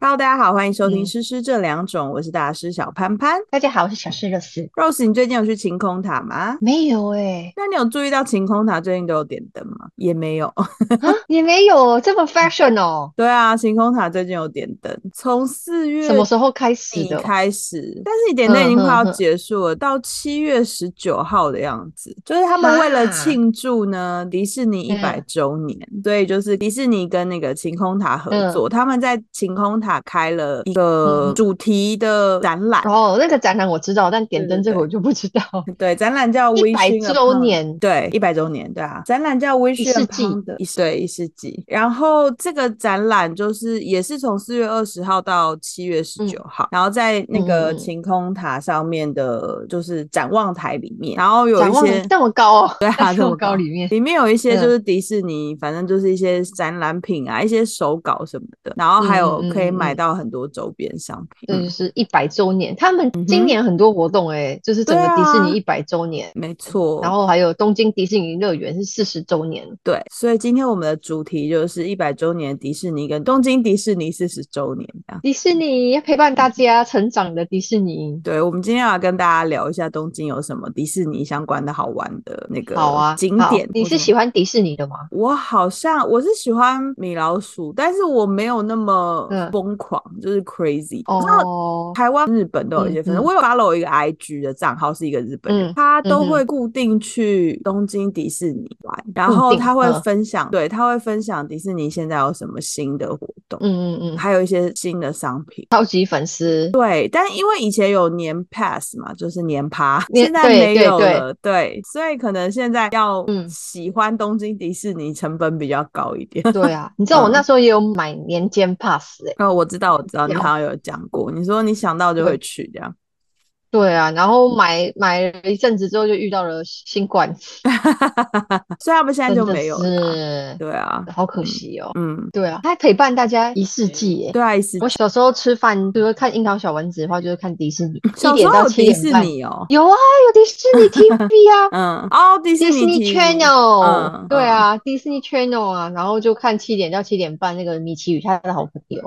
Hello，大家好，欢迎收听嗯《诗诗这两种》，我是大师小潘潘。大家好，我是小诗热丝。 Rose，你最近有去晴空塔吗？没有哎、那你有注意到晴空塔最近都有点灯吗？也没有。 啊，也没有这么 fashion 哦。对啊，晴空塔最近有点灯，从四月什么时候开始底的？开始，但是点灯已经快嗯要嗯嗯结束了，到七月十九号的样子。就是他们为了啊庆祝呢迪士尼一百嗯周年，所以就是迪士尼跟那个晴空塔合嗯作，他们在晴空塔开了嗯一个嗯主题的展览。哦，那个展览我知道，但点灯对对这个我就不 知道。对，展览叫嗯100 Wishing 周 Upon- 年对，一百周年，对啊，展览叫 Wishing 世纪 Upon 的一对一世纪。然后这个展览就是也是从四月二十号到七月十九号，然后在那个嗯嗯嗯嗯晴空塔上面的，就是展望台里面，然后有展一望些那么高哦， 对啊，那 这么么高高。里面，里面有一些就嗯是迪士尼，反正就是一些展览品啊，一些手稿什么的，然后还有嗯嗯嗯可以买嗯到很多周边商品。这就是一百周年。他们嗯哼今年很多活动哎、就是整个对迪士啊尼一百周年，没错，然后还有东京迪士尼乐园是四十周年。对，所以今天我们的主题就是一百周年迪士尼跟东京迪士尼四十周年这样。迪士尼陪伴大家成长的迪士尼，对，我们今天要跟大家聊一下东京有什么迪士尼相关的好玩的那个好啊，景好点。你是喜欢？欢迪士尼的吗？我好像我是喜欢米老鼠，但是我没有那么嗯疯狂，就是 crazy。我知道哦，台湾、日本都有一些粉嗯丝，嗯我有 follow 一个 IG 的账号，是一个日本人，嗯他都嗯哼会固定去东京迪士尼玩，然固后定他会嗯分享，对，他会分享迪士尼现在有什么新的活动，嗯嗯嗯，还有一些新的商品。超级粉丝，对，但因为以前有年 pass 嘛，就是年趴，年现在对没对有对了，对，所以可能现在要嗯喜欢东京迪士尼成本比较高一点。 对啊，你知道我嗯那时候也有买年间 pass 哎、哦，我知道，我知道，你有好像有讲过，你说你想到就对会去这样。对啊，然后买买了一阵子之后就遇到了新冠，所以他们现在真就的没有了啦。是对啊，好可惜哦。嗯，对啊，它陪伴大家一世纪耶。对啊，是我小时候吃饭，就是看《樱桃小丸子》的话，就是看迪士尼，一小时点候到有七迪点士半。尼哦， 有啊，有迪士尼 TV 啊。嗯，哦， 迪士迪士尼 TV Channel，、嗯，对嗯，啊，迪士尼 Channel 啊，然后就看七点到七点半那个米奇与他的好朋 友，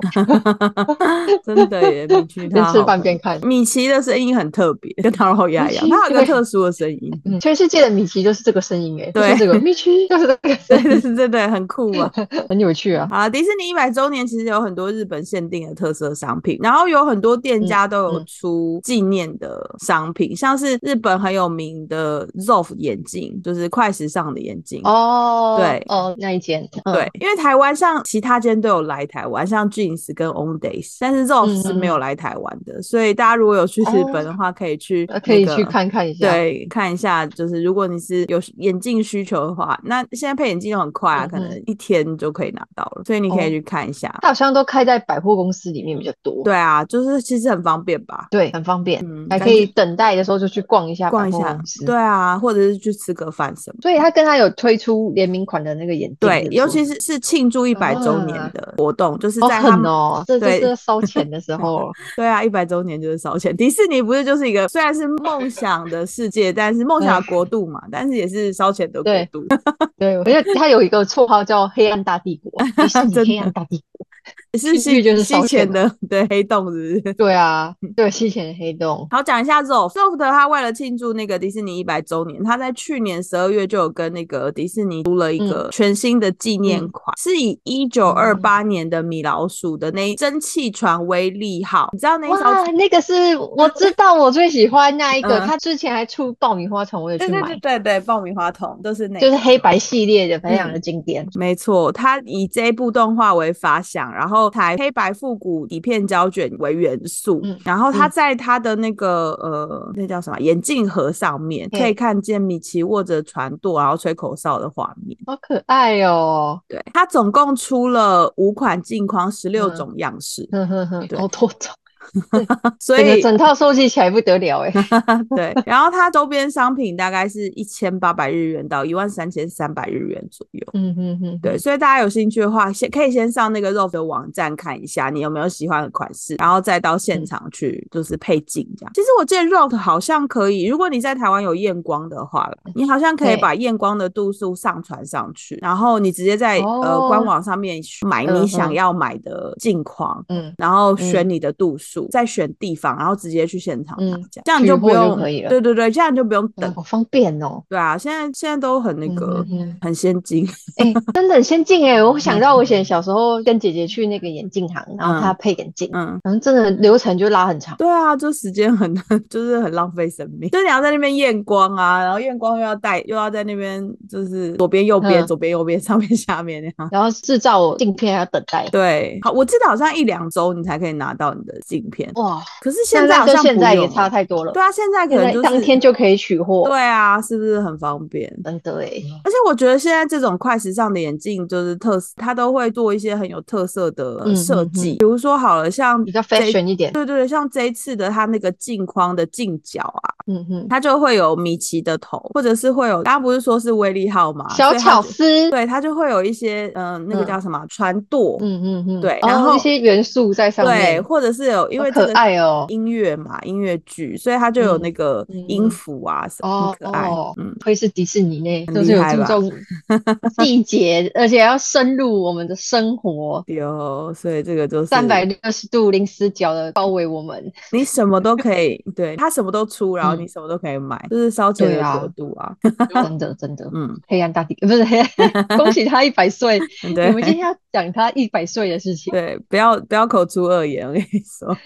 真的耶，米奇边他吃好饭朋友边看。米奇的声音很特别，跟唐老鸭一 样，米奇他有一个对特殊的声音，嗯，全世界的米奇就是这个声音哎，就对是这个 米奇，就是这个对声 对音，对对对，很酷啊！很有趣 啊。好啦迪士尼一百周年其实有很多日本限定的特色商品，然后有很多店家都有嗯出纪念的商品，像是日本很有名的 ZOF 眼镜，就是快时尚的眼镜。哦，对哦，那一间，嗯对，，因为台湾像其他间都有来台湾，像 Jeans 跟 On Days，但是 ZOF 嗯哦是没有来台湾的，所以大家如果有去日本的话，可以去、那呃可以去个看看一下。，对，看一下，就是如果你是有眼镜需求的话，那现在配眼镜都很快啊，嗯哼可能一天就可以拿到了，所以你可以哦去看一下。它好像都开在百货公司里面比较多。对啊，就是其实很方便吧，对，很方便，嗯还感可以等待的时候就去逛一下百逛一货下公司。，对啊，或者是去吃个饭什么。所以它跟它有推出联名款的那个眼镜，对是，不尤是其是是庆祝一百周年啊的活动，就是好在他狠们、哦，这就对是烧钱的时 候。对啊，一百周年就是烧钱。迪士尼不是就是一个虽然是梦想的世界，但是梦想的国度嘛，但是也是烧钱的嗯国对度。 对，我觉得它有一个绰号叫“黑暗大 帝国”，迪士尼真黑的暗大帝国。也是戏剧吸就是吸烧钱钱的对黑洞是不是？对啊，嗯对，吸钱的黑洞。好，讲一下 Zoft，Zoft 他为了庆祝那个迪士尼一百周年，他在去年十二月就有跟那个迪士尼出了一个全新的纪念款，是以一九二八年的米老鼠的那一蒸汽船为利号。你知道那一艘哇，那个 是我知道，我最喜欢那一个，嗯它之前还出爆米花桶，我也去买，对对，爆米花桶都是那就是黑白系列的，非常嗯的经典。没错，他以这一部动画为发想，然后采黑白复古底片胶卷为元素，嗯然后他嗯在他的那个、呃，那叫什么眼镜盒上面嘿可以看见米奇握着船舵，然后吹口哨的画面。好可爱哦，对，它总共出了五款镜框，十六嗯哦种样式。呵呵呵，对好多种，所整个以整套收集起来不得了 哎、对，然后它周边商品大概是一千八百日元到一万三千三百日元左右。嗯哼哼，对，，所以大家有兴趣的话，先可以先上那个 Rove 的网站看一下，你有没有喜欢的款式，然后再到现嗯场去就是配镜这样。其实我见 Rove 好像可以，如果你在台湾有验光的话啦，你好像可以对把验光的度数上传上去，然后你直接在、呃官哦网上面去买嗯你嗯想要买的镜框。嗯，然后选你的度数，再选地方，然后直接去现场拿，嗯这样这样你就取不货就用可以了对对对，这样你就不用等。嗯好方便哦。对啊，现在现在都很那个、嗯哼哼很先进。 哎、真的很先进哎、嗯我想到我以前小时候跟姐姐去那个眼镜行，然后她配眼镜，嗯，然后真的流程就拉很长。 对啊，就时间很 就是很浪费生命，就你要在那边验光啊，然后验光又要戴，又要在那边就是左边右边、嗯左边右边 上面下面那样。然后制造镜片还要等待，对，好，我记得好像一两周你才可以拿到你的镜片，哇，可是哦那现在好跟像现不在也用差了太多了。对啊，现在可现能在就是当天就可以取货，对嗯啊，是不是很方便？真的哎、而且我觉得现在这种快时尚的眼镜，就是特色，它都会做一些很有特色的呃嗯设嗯嗯计，比如说好了，像比较这 fashion 一点。对对，像这一次的它那个镜框的镜角啊，嗯哼，它就会有米奇的头，或者是会有，刚刚不是说是威利号吗？小所以它巧就，思，对，它就会有一些，嗯、那个嗯叫什么啊船舵，嗯嗯嗯，对哦然后一些元素在上对，面，或者是有因好为这可个爱哦音乐嘛，音乐剧，所以它就有嗯那个嗯音嗯符啊什么，哦很可爱，嗯。会是迪士尼呢，很就厉是有害注吧重细节，而且要深入我们的生活，有，所以这个就是三百六十度零死角的包围我们。你什么都可以，对它什么都出，然后嗯你什么都可以买，就是烧钱对的啊国度啊， 真的真的，嗯，黑暗大帝不是 黑暗，恭喜他一百 岁。对我们今天要讲他一百岁的事情。 对，不要不要口出恶言，我跟你说。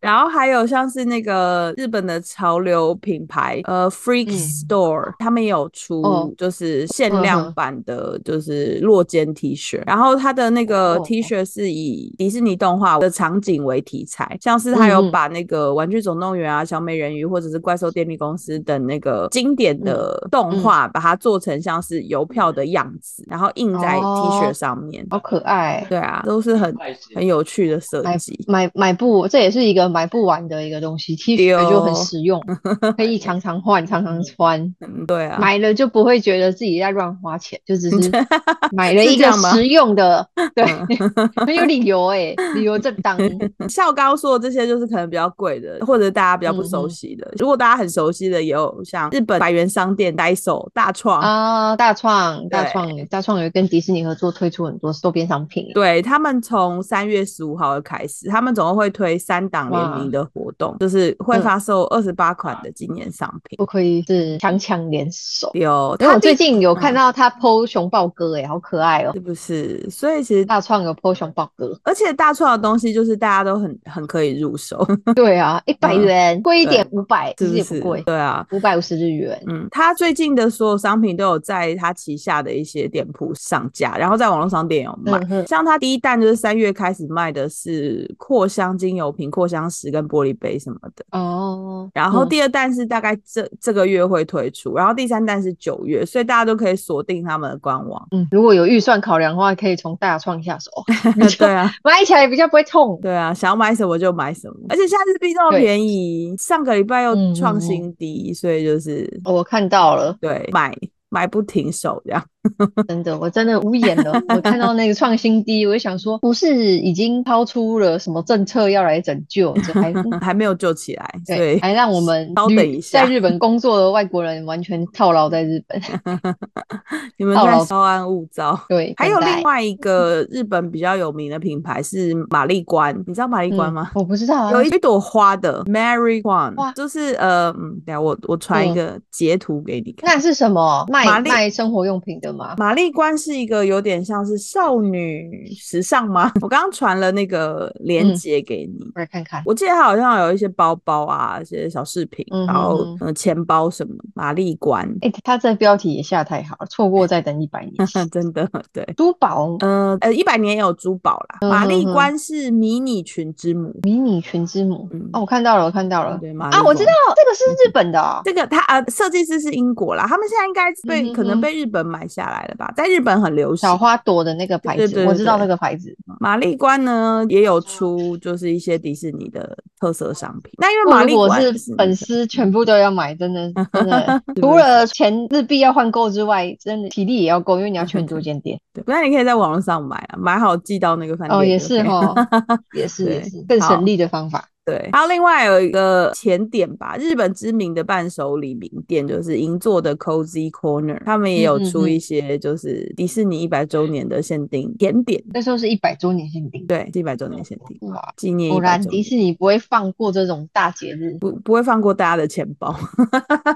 然后还有像是那个日本的潮流品牌，呃，Freak 嗯 Store，、他们有出哦就是限嗯量哼版的，就是落肩 T 恤。然后它的那个哦 T 恤是以迪士尼动画的场景为题材，像是它有嗯嗯把那个《玩具总动员》啊、《小美人鱼》或者是《怪兽电力公司》等那个经典嗯的动画，把它做成像是邮票的样子，然后印在 T 恤哦上面。好可爱，对啊，都是很很有趣的设买计。买买不，这也是一个买不完的一个东西，T 对恤哦就很实用， 可以常常换，常常穿，嗯，对啊，买了就不会觉得自己在乱花钱，就只 是买了是一这个样吗实用的， 对， 很有理由哎，理由正当，像我刚刚说的这些，就是可能比较贵的，或者大家比较不嗯熟悉的。如果大家很熟悉的，也有像日本百元商店、Daiso、大创，啊，大创，大对创，大创有跟迪士尼合作推出很多周边商品，对他们从三月十五号开始，他们总共会推三档联名的活动，就是会嗯发售二十八款的纪念商品。不可以是强强联手。有，因为它我最第近有嗯看到他 PO 熊抱哥，哎，好可爱哦！是不是？所以其实。大创有 PO 熊抱哥，而且大创的东西就是大家都很很可以入手，对啊，一百嗯元贵一点，五百其是不实也不是？贵，对啊，五百五十日元。嗯，他最近的所有商品都有在他旗下的一些店铺上架，然后在网络商店有卖。嗯哼，像他第一弹就是三月开始卖的是扩香精油瓶、扩香石跟玻璃杯什么的，哦，然后嗯第二弹是大概这这个月会推出，然后第三弹是九月，所以大家都可以锁定他们的官 。网嗯，如果有预算考量的话，可以从大创下手， 对啊， 买起来比较不会痛。对啊，想要买什么就买什么，而且现在日币这么对便宜，上个礼拜又嗯嗯创嗯新低，所以就是哦我看到了，对买买不停手这样。真的，我真的无言了。我看到那个创新低，我就想说，不是已经抛出了什么政策要来拯救，这 还嗯还没有救起来，所以对，哎还让我们稍旅等一下在日本工作的外国人完全套牢在日本。你们到在了稍安勿躁。对，还有等待另外一个日本比较有名的品牌是玛丽关，你知道玛丽关嗯吗？我不知道啊，有一朵花的 Mary Guan，哇就是呃，嗯，等一下我我传一嗯个截图给你看。那是什么玛卖丽卖生活用品的吗？玛丽关是一个有点像是少女时尚吗？ 我刚刚传了那个链嗯接给你，我来看看。我记得它好像有一些包包啊，一些小饰品，嗯然后哼哼嗯、呃钱包什么，玛丽关， 哎、他这标题也下太好了，错过再等一百年。真的对。珠宝呃呃，一百年也有珠宝啦。嗯玛丽关是迷你裙之母，迷你裙之母、嗯哦，我看到了，我看到了对玛丽啊，我知关道这个是日本的哦、 这个它呃设计师是英国啦，他们现在应该被、嗯哼可能哼被日本买下下来了吧？在日本很流行小。花朵的那个牌对子，对对我知道对那个牌子。玛丽关呢也有出，就是一些迪士尼的特色商品。那因为玛哦如丽果关是迪士尼粉的丝全部都要买，真 的真的是，除了钱日币要换够之外，真的体力也要够，因为你要去很多间 店。对，那你可以在网络上买啊，买好寄到那个饭店哦，也就是可以 哈，也是也对是更好省力的方法。对，还有另外有一个甜点吧，日本知名的伴手礼名店就是银座的 Cozy Corner，他们也有嗯嗯出嗯一些就是迪士尼一百周年的限定甜点，那时候是一百周年限定，对，一百周年限定，哇，纪念果一百然周迪年，士尼不会放过这种大节 日，不不会放过大家的钱包。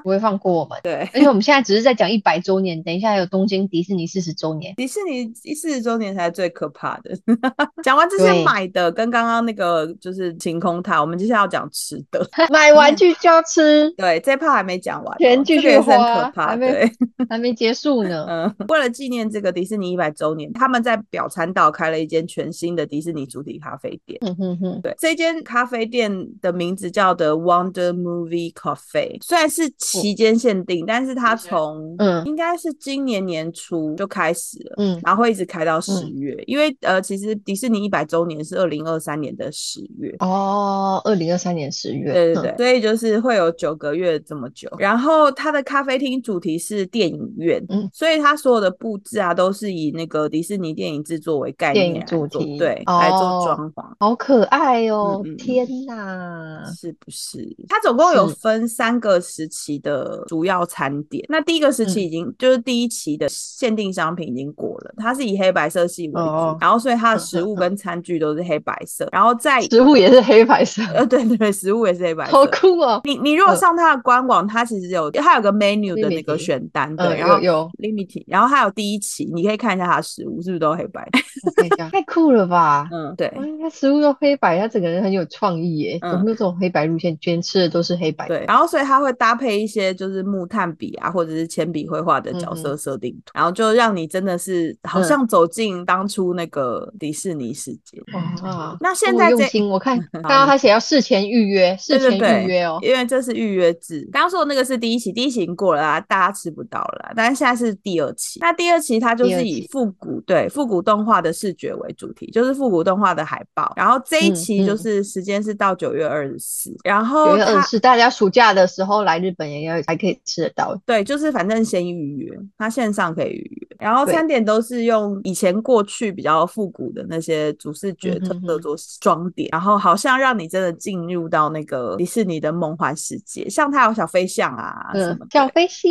不会放过我们。对，而且我们现在只是在讲一百周年，等一下还有东京迪士尼四十周年， 迪士尼四十周年才是最可怕的。 讲完这些对买的，跟刚刚那个就是晴空塔，我们接下来要讲吃的。 买玩具就要吃，对，这一趴还没讲完哦、钱继这个续也是很可花怕。啊还没对，还没结束呢。嗯， 为了纪念这个迪士尼一百周年，他们在表参道开了一间全新的迪士尼主题咖啡店。哼哼哼，对，这间咖啡店的名字叫 The Wonder Movie Cafe，虽然是期间限定，但是它从哦嗯应该是今年年初就开始了。嗯然后会一直开到十嗯月，因为呃，其实迪士尼一百周年是二零二三年的十月，哦，二零二三年十月，对对嗯对，所以就是会有九个月这么久。然后它的咖啡厅主题是电影院，嗯所以它所有的布置啊都是以那个迪士尼电影制作为概电念影来主做题对，来做哦装潢。好可爱哦！嗯嗯嗯天哪，是不是？它总共有是分三个时期的主要餐点。那第一个时期嗯已经、就是第一期的限定商品已经过了，它是以黑白色系为主，哦然后所以它嗯的食嗯物嗯跟餐具都是黑白色，然后再食物也是黑白色， 呃对对对，食物也是黑白好色。酷哦！你你如果上它的官网，它其实有它有个 menu 的那个 Limited 选单，对，嗯，然后有有， limit，然后还有第一期，你可以看一下它的食物是不是都黑白的。我看一 下，太酷了吧！嗯，对。哇，他食物都黑白，他整个人很有创意耶，嗯有没有这种黑白路线？居然吃的都是黑白的，对，然后所以它会搭配一些就是木炭笔啊，或者是铅笔绘画的角色设定图，然后就让你真的是好嗯像走进当初那个迪士尼世界。哇，那现这么在哦用这心，我 看刚刚他写要事前预约，事对前对对预约哦，因为这是预约制，刚刚说的那个是第一期，第一期已经过了啦，大家吃不到了啦。但是现在是第二期，那第二期它就第是二以期复古对复古动画的视觉为主题，就是复古动画的海报。然后这一嗯期就嗯是时间是到九月二十四，然九后月二它十四，大家暑假的时候来日本也要还可以吃得到，对，就是反正先预约，它线上可以预约，然后对餐点都是用以前过去比较复古的那些主视觉嗯特哼色哼做装点，然后好像让你真的进入到那个迪士尼的梦幻世界，像它有小飞象啊什嗯么，小的，飞象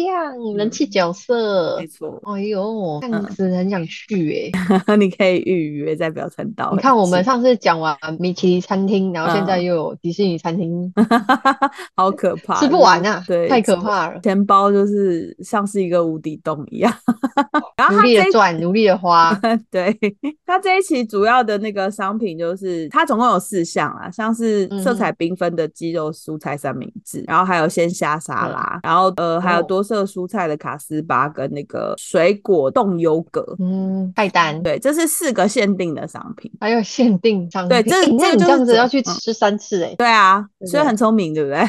人气角色没，错， 哎呦，看嗯死人很想去哎。你可以预约在表参道。你看，我们上次讲完米其林餐厅，然后现在嗯又有迪士尼餐厅，好可怕，吃不就是完啊，对，太可吃不怕了。钱包就是像是一个无底洞一样。然后努它力啊这的一赚，努力的 花，对，它这一期主要的那个商品就是，它总共有四项啊，像是嗯色彩缤纷的鸡肉蔬菜三明治，然后还有鲜虾沙拉，然后呃还有嗯哦多色蔬菜的卡斯巴跟那个水果冻优格，嗯，菜单，对，这是四个限定的商品。还有限定商对品。这诶这那就你是这样子整要去嗯吃三次，哎，对啊，对所以对很聪明，对不对？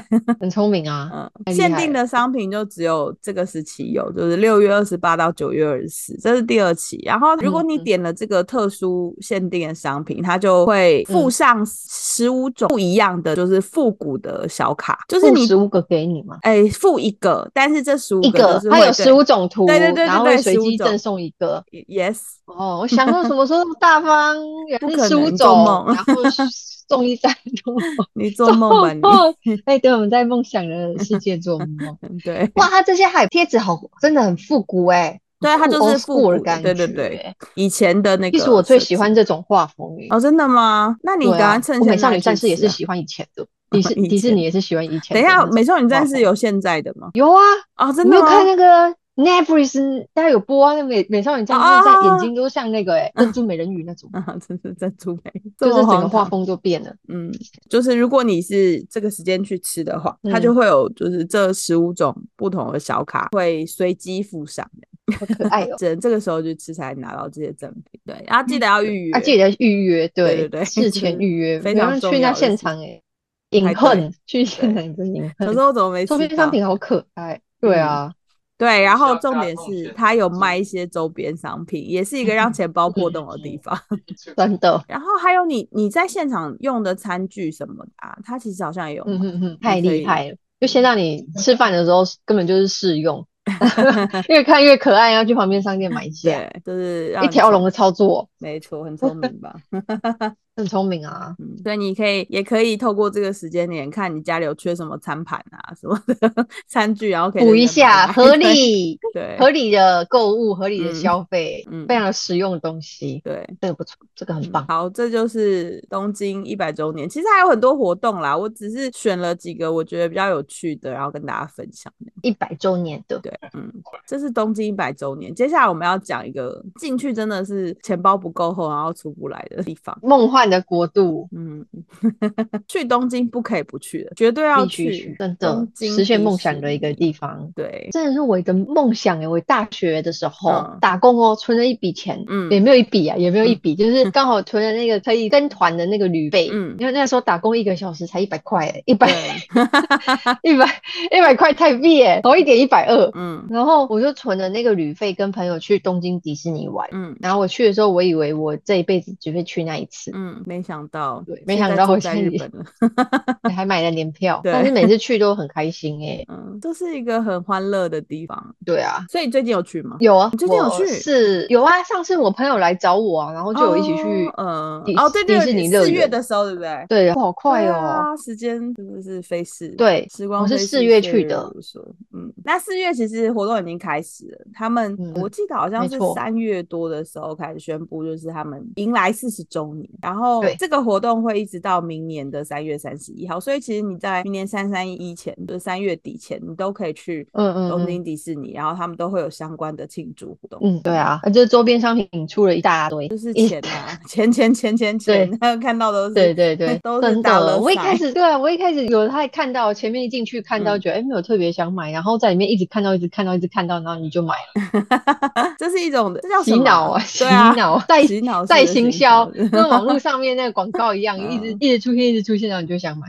很聪明啊，嗯，太厉限害定了的商品就只有这个时期有，就是六月二十八到九月二十四，这是第二期。然后如果嗯你嗯点了这个特殊限定的商品，它就会附嗯上十五种不一样的，就是复古的小卡，就是付你十五个给你嘛，哎付一个，但是这十五一个个就是它会有十五种图，对对对然后对会对随15机赠种送一 个。对 yes 哦，我想说什么时候那么大方，原不来可是十五能做种，梦然后 是送一张，做梦你做梦吧你，哎，对，我们在梦想的世界做 梦。 嗯对哇，它这些海贴纸好，真的很复古哎、对，很它酷就是 old 复 school 的古的，感觉、对对对，以前的那其个设计。实我最喜欢这种画风诶、哦，真的吗？那你对赶快啊，趁我现美少在女战去士也吃是啊喜欢以前的，迪士 以迪士前尼也是喜欢以前等的一那下，种美少女战画士风有现在的吗？有啊，哦，真你没的有吗？看那个 Netflix 它有播啊，那美美少女战哦士在眼睛都像那个诶、欸珍珠美人鱼那种， 啊，真是珍珠 美，嗯这就是么整荒个画唐。风就变 了。嗯，就是如果你是这个时间去吃的话，它就嗯会有就是这十五种不同的小卡会随机附上，好可爱哦！只能这个时候去吃才拿到这些赠品。对，然后记得要预约。啊，记得预约，对对对事这前 是预约，非不常要重去要那的现事场哎、隐排队恨，去现对场真隐可恨是。我怎么没周吃边商到？品好可爱，对嗯啊，对，然后向重大点众是宣它有嗯传卖一些周边商品，也是一个让钱包破洞的嗯地方。真的，然后还有你你在现场用的餐具什么的、啊，它其实好像也有嗯卖。哼哼，太可以厉害了！就先让你吃饭的时候根本就是试 用， 越看越可爱，要去旁边商店买一下， 对，就是让一你条从龙的，操作，没错，很聪明吧？很聪明啊。嗯，所以你可以也可以透过这个时间点看你家里有缺什么餐盘啊什么的 餐具，然后可以补在一那边下，买合。理， 对合理的购物，合理的消费，嗯嗯非常的实用的东西，对，这个不错，这个很嗯棒。好，这就是东京一百周年。其实还有很多活动啦，我只是选了几个我觉得比较有趣的，然后跟大家分享。一百周年的，对，嗯，这是东京一百周年。接下来我们要讲一个进去真的是钱包不够厚，然后出不来的地方。梦幻的国度，嗯， 去东京不可以不去的，绝对要必须去，真的东京实现迪梦想士的一个尼地方。对，真的是我的梦想欸诶，我大学的时候、嗯打工哦，存了一笔钱，嗯也没有一笔啊，也没有一嗯笔，就是刚好存了那个可以跟团的那个旅费，嗯因为那时候打工一个小时才一百块诶，一百对， 一百一百块泰币诶，好一点一百二，嗯然后我就存了那个旅费，跟朋友去东京迪士尼玩，嗯然后我去的时候，我以为我这一辈子只会去那一次，嗯，没想到，对没现想在到住我在现日在本了，还买了年票，嗯 对但是每次去都很开心诶，嗯，这是一个很欢乐的地方。对啊，所以你最近有去吗？有啊，你最近有我去是有啊，上次我朋友来找我啊，然后就有一起去哦迪嗯，哦，对对，迪士尼乐四月园的时候，对不对？对，好快对哦，啊，时间真的是飞逝。对时光我哦是飞逝四月岁去月的如梭。嗯，那四月其实活动已经开始了，他们、嗯我记得好像没是错三月多的时候开始宣布，就是他们迎来四十周年，然后对这个活动会一直到明年的三月三十一号，所以其实你在明年三三一前，就是三月底前，你都可以去嗯嗯东嗯京迪士尼，然后他们都会有相关的庆祝活动。嗯，对啊，啊这周边商品出了一大堆，就是一钱啊， 钱钱钱钱对钱， 看到都是对对对，都是真大乐的，我一开赛始对啊，我一开始有他看到前面一进去看到，嗯觉得哎没有特别想买，然后在里面一直看到，一直看到，一直看到，然后你就买了，这是一种这叫什洗么脑啊啊，对啊，洗脑再洗脑式再的行行销销， 跟网络上面那个广告一样，嗯一直一直出现，一直出现，然后你就想买。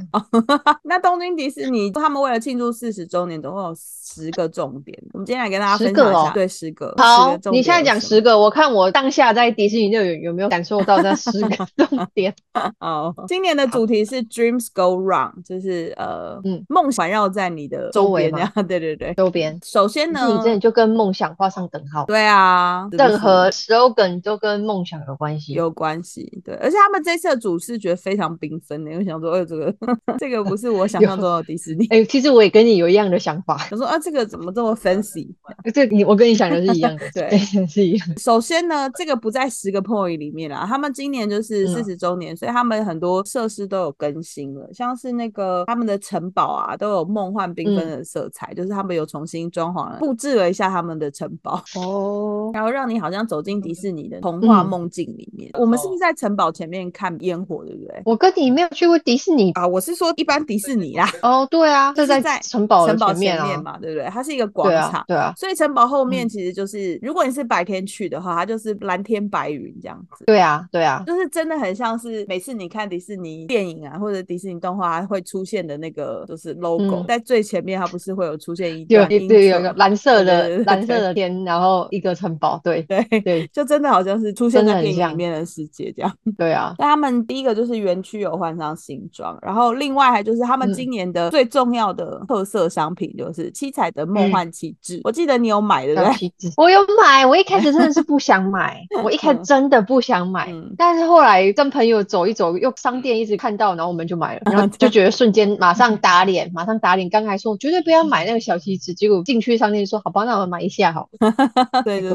那东京迪士尼他们为了庆祝四十周年，总共有十个重点，我们今天来跟大家10分享个一下，哦对，十个。10好个，重你点现在有讲什十么。个，我看我当下在迪士尼乐园有没有感受到这十个重点。哦，今年的主题是 Dreams Go Round，就是呃，嗯梦想环绕在你的周周围边，吗这样，对对对。周边，首先迪士尼呢真，的就跟梦想画上等号，对啊，是不任是何 slogan 都跟梦想有关系。有关系，对，而且他们这次的主视觉非常缤纷的，我想说，哎、这个 这个不是我想有象中的迪 士尼。哎、其实我也跟你有一样的想法， 我说啊，这个怎么这么 fancy？，这你我跟你想的是一样的 对跟你是一样的。首先呢，这个不在十个 point 里面啦。他们今年就是嗯四十周年，所以他们很多设施都有更新了，像是那个他们的城堡啊，都有梦幻缤嗯纷的色彩，就是他们有重新装潢了，布置了一下他们的城 堡，哦，然后让你好像走进迪士尼的童话嗯梦境里面。我们是不是在城堡前面看烟火，对不对？我跟你没有去过迪士尼吧啊，我是说一般迪士尼啦，哦，对啊，就这在是在城堡的城堡面前啊，面嘛，对不对？它是一个广对场啊，。对啊，所以城堡后面嗯其实就是，如果你是白天去的话，它就是蓝天白云这样子，对啊，对啊，就是真的很像是每次你看迪士尼电影啊，或者迪士尼动画它会出现的那个就是 logo，、嗯在最前面它不是会有出现一有段有音有有色有吗蓝色对对的对蓝色对的天，然后一个城堡，对对，对就真的好像是出现真的在很电影里像面的世界这样。对啊，那他们第一个就是园区有换上新装，然后另外还就是他们嗯今年的最重要的特色商品就是七彩的梦嗯幻旗帜。我记得你有买，对不小对？旗子我有买，我一开始真的是不想买， 我一开始真的不想买，嗯 但是后来跟朋友走一走，又商店一直看到，然后我们就 买了，啊然后就觉得瞬间马上打脸，马上打脸。刚才说我绝对不要买那个小旗子，结果进去商店说好吧，那我买一下好了，太对，就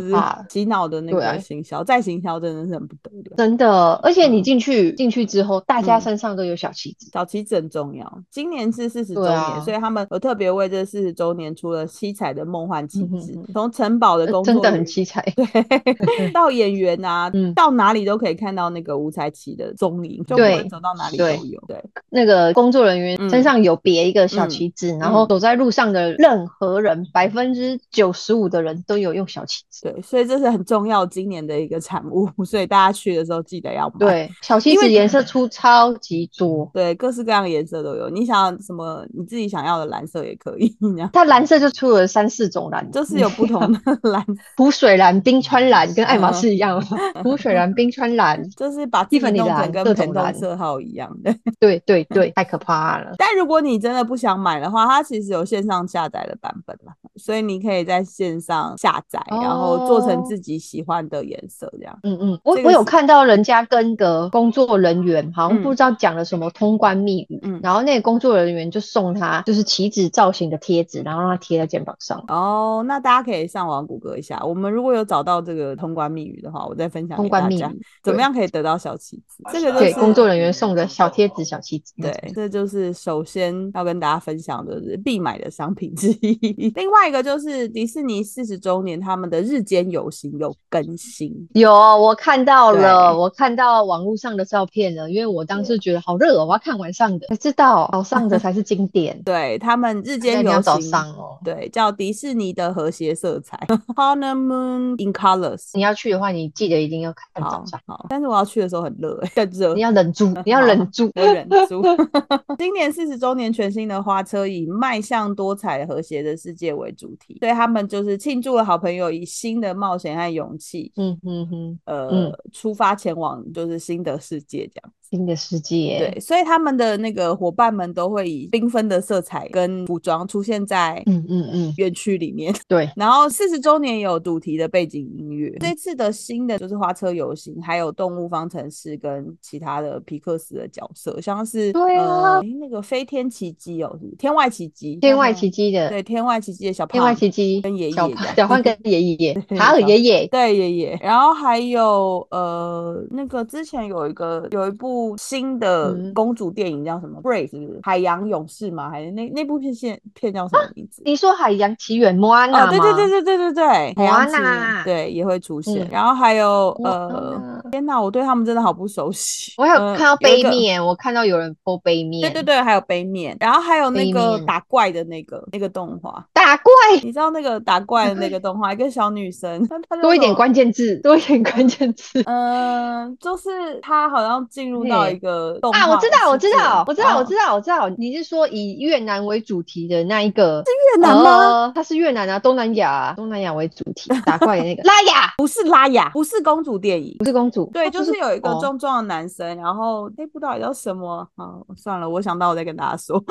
可是怕了洗脑的那对个啊行销，再行销真的是很不得了。真的。而且嗯你进去进去之后，大家嗯身上都有小旗子，小旗子很重要，今年是四十周对年，啊所以他们有特别为这四十周年出了七彩的梦幻旗嗯哼帜哼，从城堡的呃工真作的人很员七彩。对， 到演员啊，嗯到哪里都可以看到那个五彩旗的踪影，就不对管走到哪里都对有。对，那个工作人员嗯身上有别一个小嗯旗子，嗯然后走在路上的任何人，百分分之九十五的人都有用小旗子。对，所以这是很重要今年的一个产物， 所以大家去的时候记得要买。对，小旗子颜色出超级多，对，各式各样的颜色都有，你想要什么你自己想要的蓝色也可以， 你它蓝色就出了三四种蓝，就是有不同嗯的 蓝， 湖水蓝、冰川蓝，跟爱马仕一样，湖水蓝、冰川蓝。就是把自己 Tiffany 弄成蓝跟各种 penton 蓝色号一样的。对对对，太可怕了。但如果你真的不想买的话，它其实有线上下载的版本啦，所以你可以在线上下载，然后做成哦自己喜欢的颜色这样。嗯嗯，我这个我有是看到人家跟个工作人员，好像嗯不知道讲了什么通关密语，嗯然后那个工作人员就送他就是旗子造型的贴纸，然后让他贴在肩膀上。哦，那大家可以上网谷歌一下。我们如果有找到这个通关密语的话，我再分享通给大关密家语，怎么对样可以得到小旗子。这个就对，是工作人员送的小贴纸、小旗子。对，这就是首先要跟大家分享的是必买的商品之一。 另外一个就是迪士尼四十周年他们的日间游行有更新，有我看到了，对。我看到网络上的照片了，因为我当时觉得好热哦，我要看晚上的，才知道早上的才是经典 对他们日今间天游要早行，上哦，对，叫迪士尼的和谐色彩 （Honor Moon in Colors）。你要去的话，你记得一定要看好早上，好，但是我要去的时候很热、欸，更热你。要忍住，你要忍住。我忍住。 今年四十周年全新的花车以“迈向多彩和谐的世界”为主题，所以他们就是庆祝了好朋友以新的冒险和勇气，嗯哼哼，呃，嗯出发前往就是新的世界这样。新的世界。对，所以他们的那个伙伴们都会以缤纷的色彩跟服装出现在嗯嗯嗯，园区里面。对，然后四十周年也有主题的背景音乐。这次的新的就是花车游行，还有动物方程式跟其他的皮克斯的角色，像是对啊呃诶那个飞天奇迹哦，是不是天外奇迹，天外奇迹，迹的，对天外奇迹的小胖，天外奇迹跟爷爷小这样小浣跟爷 爷对，还有小爷爷，对爷爷，然后还有呃，那个之前有一个有一部新的嗯公主电影叫什么《Brave》，是不是海洋勇士吗？还是那那部片片片叫什么名字？你说海洋奇缘莫安哦，娜对吗？对对对对对对，海摩洋安奇缘娜对也会出现，嗯然后还有摩安呃娜，天哪，我对他们真的好不熟悉。我还有呃看到有杯一个面，我看到有人播杯对面，对对，还有杯面，然后还有那杯个面打怪的那个那个动画，打怪，你知道那个打怪的那个动画，一个小女生，她她叫多一什点么关键字，多一点关键字。嗯、就是她好像进入到对一个动啊，我知道，我知道，我知道，我知道，道，我知道，你是说以越南为主题的那一个？是越南吗？呃，它是越南啊，东南亚啊，东南亚为主题，打怪的那个拉雅不是 拉雅，不是公主电影，不是公主，对，它就不是有一个哦壮壮的男生，然后那部到底叫什么？好，算了，我想到我再跟大家说。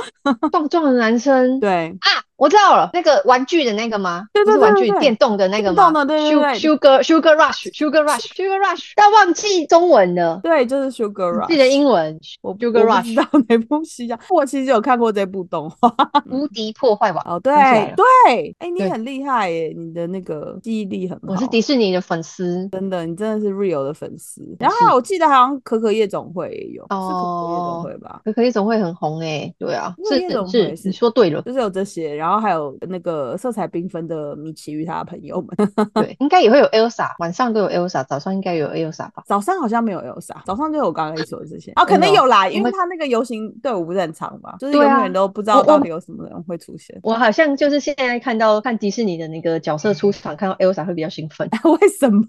壮壮的男生。对，啊，我知道了，那个玩具的那个吗？对对不是对玩对具对电动的那个电吗？动的对对 Su- Sugar Sugar Rush Sugar Rush Sugar Rush，但忘记中文了，对，就是 Sugar 你 Rush。记得英文我不 Sugar 我不知 Rush 道哪部戏啊，我其实有看过这部动画。无敌破坏王。哦，对想起来了对，哎，你对很厉害耶，你的那个记忆力很好。我是迪士尼的粉丝真的，你真的是 Real 的粉丝。然后是还有我记得好像可可夜总会也有，是可可夜总哦，会吧？可可夜总会很红诶，对啊，因为夜总是会是，是你说对了，就是有这些，然后还有那个色彩缤纷的米奇与他的朋友们。 对，应该也会有 Elsa，晚上都有 Elsa，早上应该有 Elsa 吧？早上好像没有 Elsa，早上就有我刚刚跟你说的这些哦，可 真的能哦有啦，我因为们他那个游行队伍不是很长吧，就是永对啊远都不知道我到我底有什么人会出现， 我好像就是现在看到看迪士尼的那个角色出场，看到 Elsa 会比较兴奋，为什么？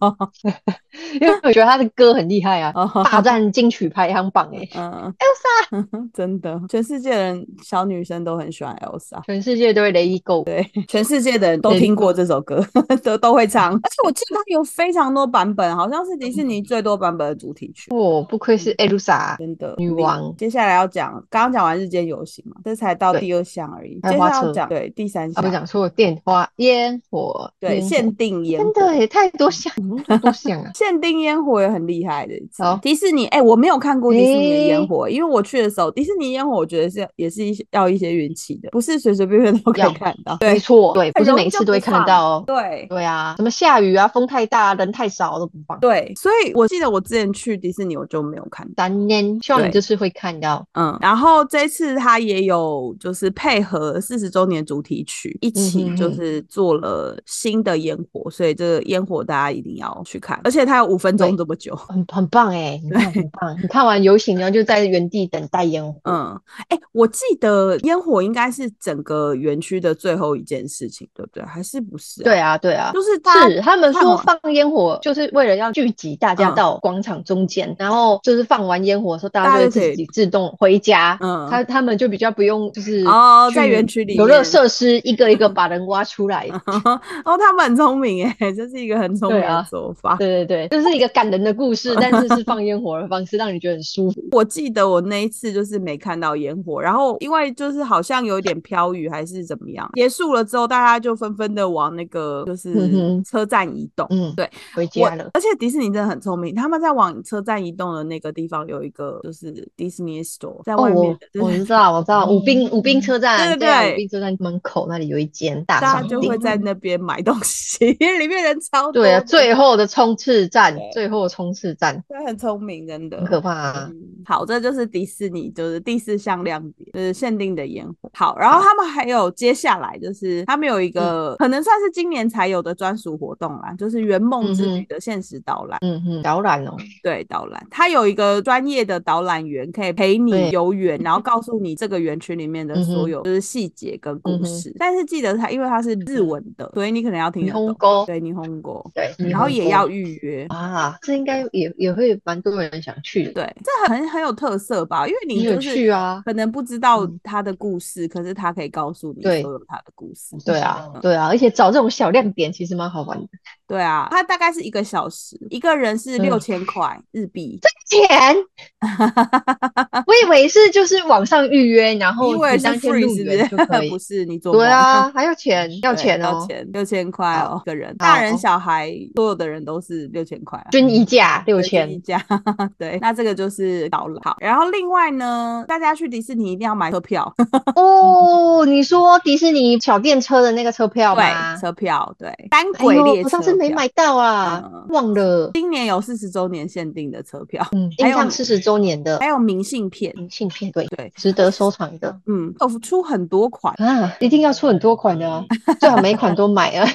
因为我觉得她的歌很厉害啊，哦霸占金曲排行榜欸诶。嗯，Elsa，真 的，全世界人小女生都很喜欢 Elsa，全世界都会雷伊购，全世界的人都对听过这首歌， 都都会唱，嗯而且我记得它有非常多版本，好像是迪士尼最多版本的主题曲。哦，不愧是 Elsa 嗯真的女很厉害王接下来要讲，刚刚讲完日间游行嘛，这才到对第二项而已。还接有下花来要车讲对第三啊，不项，讲错，电花烟火，对烟限火定烟真火。，的也欸太多项，嗯多项啊限定烟火也很厉害的一次好。迪士尼，哎、我没有看过迪士尼的烟诶火，因为我去的时候，迪士尼烟火我觉得是也是一些要一些运气的，不是随随便便都可以要看到。没对错，对，很不是容易每一就次都不会看放得到哦。对对啊，什么下雨啊，风太大，人太少都不放。对，所以我记得我之前去迪士尼我就没有看到。三年，希望对你这次会看到。嗯，然后这次他也有就是配合四十周年主题曲一起嗯哼就哼是做了新的烟火，所以这个烟火大家一定要去看，而且它有五分钟对这么久。很很棒哎、你看很 棒，你看完游行，然后就在原地等待烟火。嗯，哎、我记得烟火应该是整个园园区的最后一件事情，对不对？还是不是、啊？对啊，对啊，就是他是他们看说完放烟火就是为了要聚集大家嗯到广场中间，然后就是放完烟火的时候，大大家家就会就可以自己自动回家。嗯他他们就比较不用就是哦去在园区里游乐面设施一个一个把人挖出来。 哦，他们很聪明哎，这是一个很聪明对啊的做法。 对对对，这是一个感人的故事，但是是放烟火的方式，让你觉得很舒服。我记得我那一次就是没看到烟火，然后因为就是好像有点飘雨还是怎么样，结束了之后大家就纷纷的往那个就嗯是哼车站移动。嗯，对，回我家了。而且迪士尼真的很聪明，他们在往车站移动的那个地方有一个就是迪士尼 store，在哦，外我面的，对我对 知道，我知道，武滨武滨车站，对对啊对武滨车站门口那里有一间大大商家店就，会在那边买东西，因为里面人超多嗯的。对啊，最后的冲刺站对，最后的冲刺站，真的很聪明，真的很可怕啊！嗯好，这就是迪士尼，就是第四项亮点，就是限定的烟火。好，然后他们还有接下来就是他们有一嗯个、可能算是今年才有的专属活动啦，就是圆梦之旅嗯哼的限时导览。嗯哼，导览哦，对，导览，它有一个专业的导览员可以陪你对嗯游园，然后告诉你这个园区里面的所有就是细节跟故事。但是记得它，因为它是日文的，所以你可能要听得霓虹懂。沟，对，霓虹国，对，然后也要日预约。本风啊，这应该也也会蛮多人想去的。对，这很很有特色吧？因为你有就是去啊可能不知道嗯他的故事，可是他可以告诉你所对有他的故事。对啊，嗯对啊，而且找这种小亮点其实蛮好玩的。对啊，他大概是一个小时，一个人是嗯六千块日币。 钱，我以为是就是网上预约，然后因为你是当天 free 入是园就不可 是？以不。是你做对梦啊，，还要 钱，要对钱要哦，钱六千块好哦，一个人，好大人小孩所有的人都是六千块啊。均一价六对均一千。家， 对，那这个就是导览。好，然后另外呢，大家去迪士尼一定要买车票，哦，你说迪士尼小电车的那个车票吗？对，车票，对，单哎轨呦，列我车当时没票买到啊，嗯忘了。今年有四十周年限定的 车票，嗯，还印有象四十周年的还有明信片，明信片，对，对，值得收藏的嗯，有出很多款，啊，一定要出很多款的 啊，最好每一款都买啊，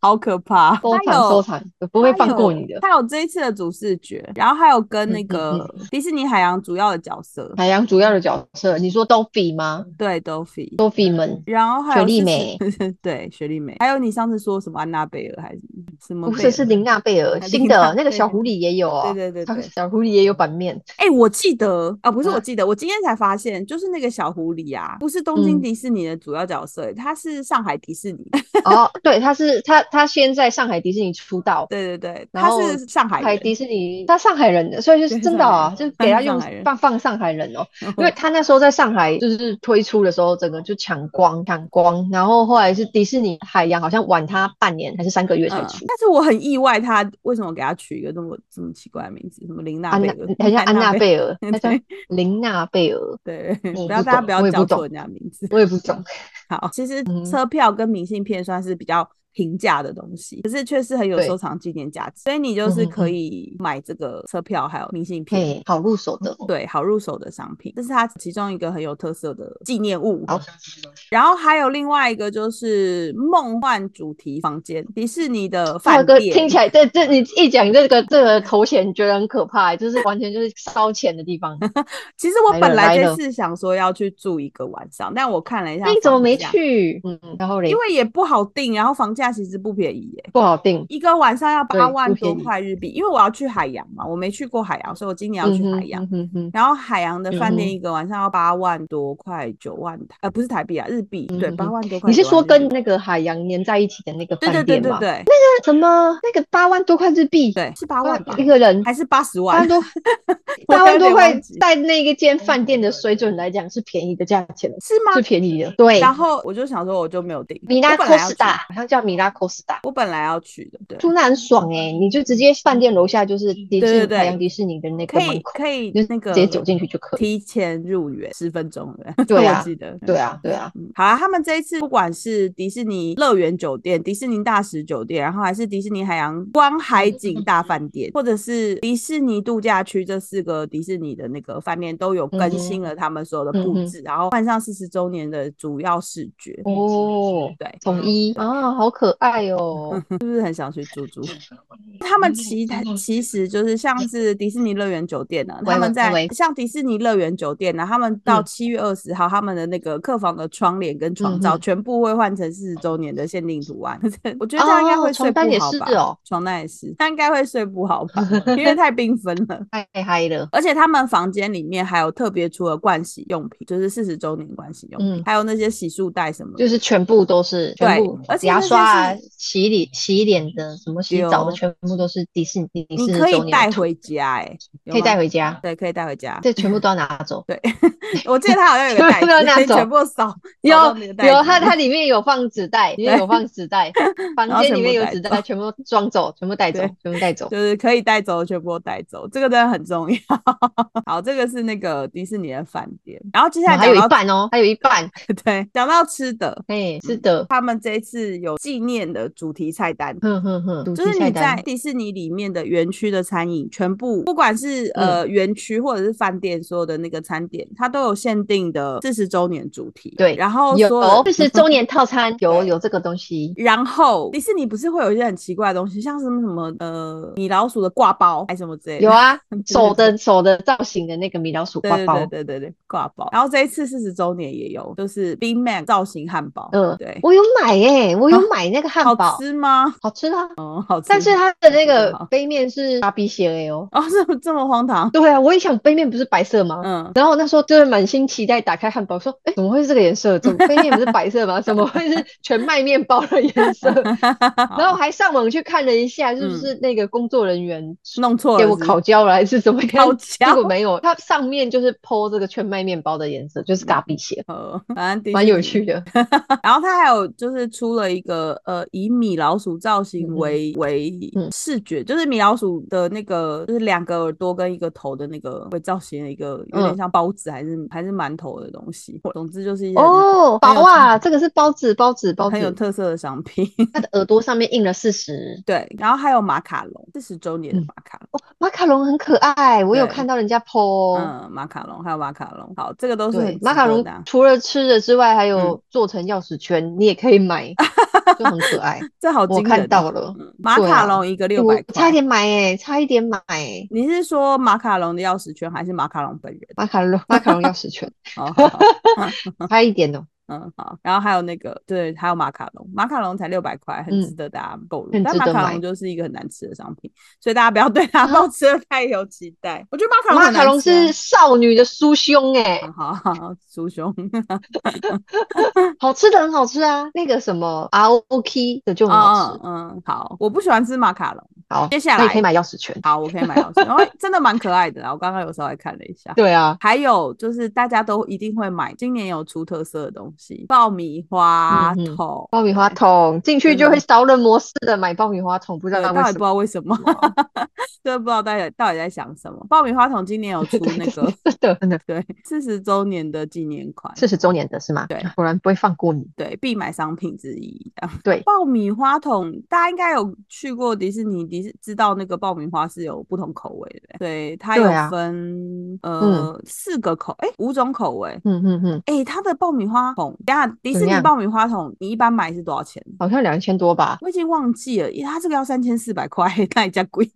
好可怕，收它藏有收藏，不会放过你的。它有。它有这一次的主视觉，然后还有跟那嗯嗯嗯个迪士尼海洋主要的角色，海洋主要的角色，你说 Dolphy 吗对 Dolphy， ？Dolphy 们然后还有雪莉40 对雪莉美，还有你上次说什么安娜贝尔还是什么不贝尔？是是林娜贝尔啊新琳娜的那个贝小尔狐狸也有哦，对对对它对小狐狸也有版面，哎、我记得啊，不是啊我记得，我今天才发现，就是那个小狐狸啊，不是东京嗯迪士尼的主要角色，它是上海迪士尼。哦，对，他是他他先在上海迪士尼出道，对对对，然他后是上海上海人迪士尼，他上海人的，所以就是对真的上海啊，人就是他给是他上用海人嗯放放上海人哦，因为他那时候在上海就是推出的时候，整个就抢光抢光，然后后来是迪士尼海洋好像晚他半年还是三个月才嗯，出。但是我很意外，他为什么给他取一个这么这么奇怪的名字，什么琳娜安贝娜尔，好像安娜尔。贝 尔，对他叫琳娜贝尔，对，我不不要大家懂不要我也叫不错懂人家名字。我也不懂。好，其实嗯车票跟明信片算是比较平价的东西，可是确实很有对收藏纪念价值，所以你就嗯是嗯可嗯以买这个车票还有明信片。嘿，好入手的哦，对，好入手的商品，这是它其中一个很有特色的纪念物。好，然后还有另外一个就是梦幻主题房间，迪士尼的浩饭哥店听。起来这这你一讲这个这个头衔，觉得很可怕，欸就是完全就是烧钱的地方。其实我来本了来来这了次想说要去住一个晚上，但我看了一下，那哎你怎么没？去？嗯，然后嘞，因为也不好定，然后房价其实不便宜耶，不好定。一个晚上要八对万不多便宜块日币。因为我要去海洋嘛，我没去过海洋，所以我今年要去海洋。嗯哼嗯哼嗯然后海洋的饭店嗯一个晚上要八万多块，九万台呃不是台币啊，日币对，嗯嗯八万多哼块。你是9万说日跟币那个海洋粘在一起的那个对对饭对店对吗？对那什么那个八万多块日币？对，是八八万万吧？一个人，还是八十八万万？多 我八有万多点块忘记，嗯在那一间饭店的水准来讲是便宜的价钱，是吗是？便宜的。对，然后我就想说，我就没有订。米拉我本科来要斯去，达好像叫米拉科斯达。我本来要去的，对，住那很爽哎、你就直接饭店楼下就是迪士尼嗯对对对海洋迪士尼的那个可以门口，可以你就那个直接走进去就可以。提前入园十分钟的， 对啊我记得，对啊，对啊，嗯。好啦，他们这一次不管是迪士尼乐园酒店、迪士尼大使酒店，然后还是迪士尼海洋观海嗯景大饭店，或者是迪士尼度假区这四个迪士尼的那个饭店都有嗯更新了他们所有的布置，然后换上四十周年的主要视觉。哦，嗯对，嗯统一啊，好可爱哦。是不是很想去住住？他嗯们其他其实就是像是迪士尼乐园酒店呢、喂他们在喂像迪士尼乐园酒店呢、他们到嗯七月二十号，他们的那个客房的窗帘跟床罩嗯全部会换成四十周年的限定图案。 我觉得这样应该会哦睡床不单也好是吧？哦，床单也是，他应该会睡不好 吧？因为太缤纷了。太嗨了。而且他们房间里面还有特别出了盥洗用品，就是四十周年盥洗用品，嗯还有那些洗漱袋什么的。就是全部都是，对全部而且那牙些刷啊是、洗脸、洗脸的、什么洗澡的，有全部都是迪士尼迪你士尼可周以带年的，回家、欸，哎，可以带回家，对，可以带回家。。这全部都要拿走 对，我记得他好像有 个袋全部都子，拿可以走全部扫。有扫到那个袋有，子 它里它里面有放纸袋，里面有放纸袋，然房后间全里面部有带纸走袋，全部装走，全部带走对，全部带走。就是可以带走的全部都带走，这个真的很重要。 好，这个是那个迪士尼的饭店，然后接下然来后还有讲一到半哦，还有一半， 对，讲到吃的，哎，是的，他们这一次有纪念的主题菜单，哼哼哼，主就题是菜你在单，迪士尼里面的园区的餐饮，全部不管是嗯呃园区或者是饭店所有的那个餐点，它都有限定的四十周年主题。对然后所有有四十周年套餐，有有这个东西，然后迪士尼不是会有一些很奇怪的东西，像什么什么呃米老鼠的挂包，还什么之类的。有啊对，手的手的造型的那个米老鼠对挂对包对，对对对，挂包。然后这一次四十周年也有，就是 Big Mac 造型汉堡。嗯对，我有买耶，我有买那个哦好汉堡，吃吗？ 好吃啊。哦，好吃。但是它的那好吃个吗杯面是芭比鞋的哦。哦，这么这么荒唐。对啊，我也想杯面不是白色吗？嗯，然后我那时候就是满心期待打开汉堡，说：“哎，怎么会是这个颜色？ 怎么杯面不是白色吗？怎么会是全麦面包的颜色？” 然后我还上网去看了一下，是不是那个工作人员弄错了给是我不是 烤焦了还是怎么样？嗯烤焦结果没有，它上面就是 PO 这个全麦面包的颜色，就是咖比鞋，呃，反正迪士尼蛮有趣的。然后它还有就是出了一个呃，以米老鼠造型嗯嗯为、为嗯视觉，就是米老鼠的那个就是两个耳朵跟一个头的那个为造型的一个，有点嗯像包子还是、还是馒头的东西。总之就是一些很、哦，嗯很有哦包啊，这个是包子，包子，包很有子。特色的商品。 它的耳朵上面印了四十，对，然后还有马卡龙，四十周年的嗯马卡龙。马卡龙很可爱，我有对看到人家 PO 哦。嗯，马卡龙还有马卡龙，好，这个都是很对，值马卡得龙的啊除了吃的之外，还嗯有做成钥匙圈，你也可以 买，就很可爱。这好我惊人看哦到了嗯马对卡啊龙一个六我百块，差一点买诶，差一点买诶，你是说马卡龙的钥匙圈，还是马卡龙本人？马 卡龙马卡龙钥匙圈，哦， 好好差一点 哦，嗯，好。然后还有那个，对，还有马卡龙，马卡龙才六百块，很嗯值得大家购入。很但值马得卡买啊龙就是一个很难吃的商品，所以大家不要对它抱持了太有期待。我觉得马卡龙马很卡难龙吃啊是少女的酥胸诶，嗯好好好，猪胸好吃的很好吃啊，那个什么 ROK 的就很好嗯吃，嗯，好，我不喜欢吃马卡龙。好，接下那你来可以买钥匙圈，好，我可以买钥匙，然后真的蛮可爱的啊。我刚刚有稍微看了一下，对啊，还有就是大家都一定会买，今年有出特色的东西，爆米花嗯哼桶，爆米花桶进去真就的会烧人模式的买爆米花桶，不知道嗯对，到为底不什知么。啊道为什么，真的不知道大家到底在想什么。爆米花桶今年有出 那个真的真的对四十周年的纪念款，四十周年的是吗？啊对果然不会放过你。对必买商品之一。这样对，爆米花桶大家应该有去过迪士尼，迪士知道那个爆米花是有不同口味的，对，它有对啊分、呃四个口，哎、五种口味。嗯嗯嗯，哎、它的爆米花桶，等一下迪士怎尼样爆米花桶，你一般买是多少钱？好像两千多吧。我已经忘记了，因为它这个要三千四百块， 那也加贵。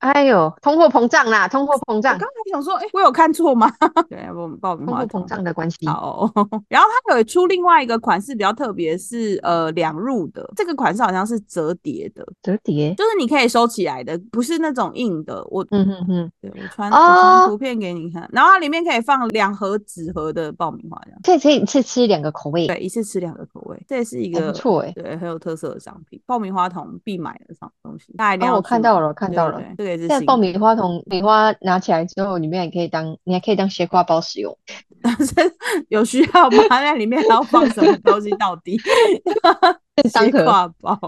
哎呦，通货膨胀啦，通货膨我胀，刚才想说，哎、我有看错吗？ 对，爆爆米通花货桶膨胀的关系。好，哦 然后它有出另外一个款式比较特别，是呃两入的，这个款式好像是折叠的，折叠，就是你可以收起来的，不是那种硬的。我嗯哼哼，对我传、我传哦图片给你看，然后它里面可以放两盒纸盒的爆米花，这样可以可以一次吃两个口味，对，一次吃两个口味，这也是一还个不错哎。对很有特色的商品，爆米花桶必买的商东西，大家一定哦，要我看去到买了，我看对到对了。对这个也是现在新爆的米花桶，米花拿起来之后，里面也可以当，你还可以当斜挎包使用。 有需要吗？那里面还要放什么东西？到 底斜三 盒挎包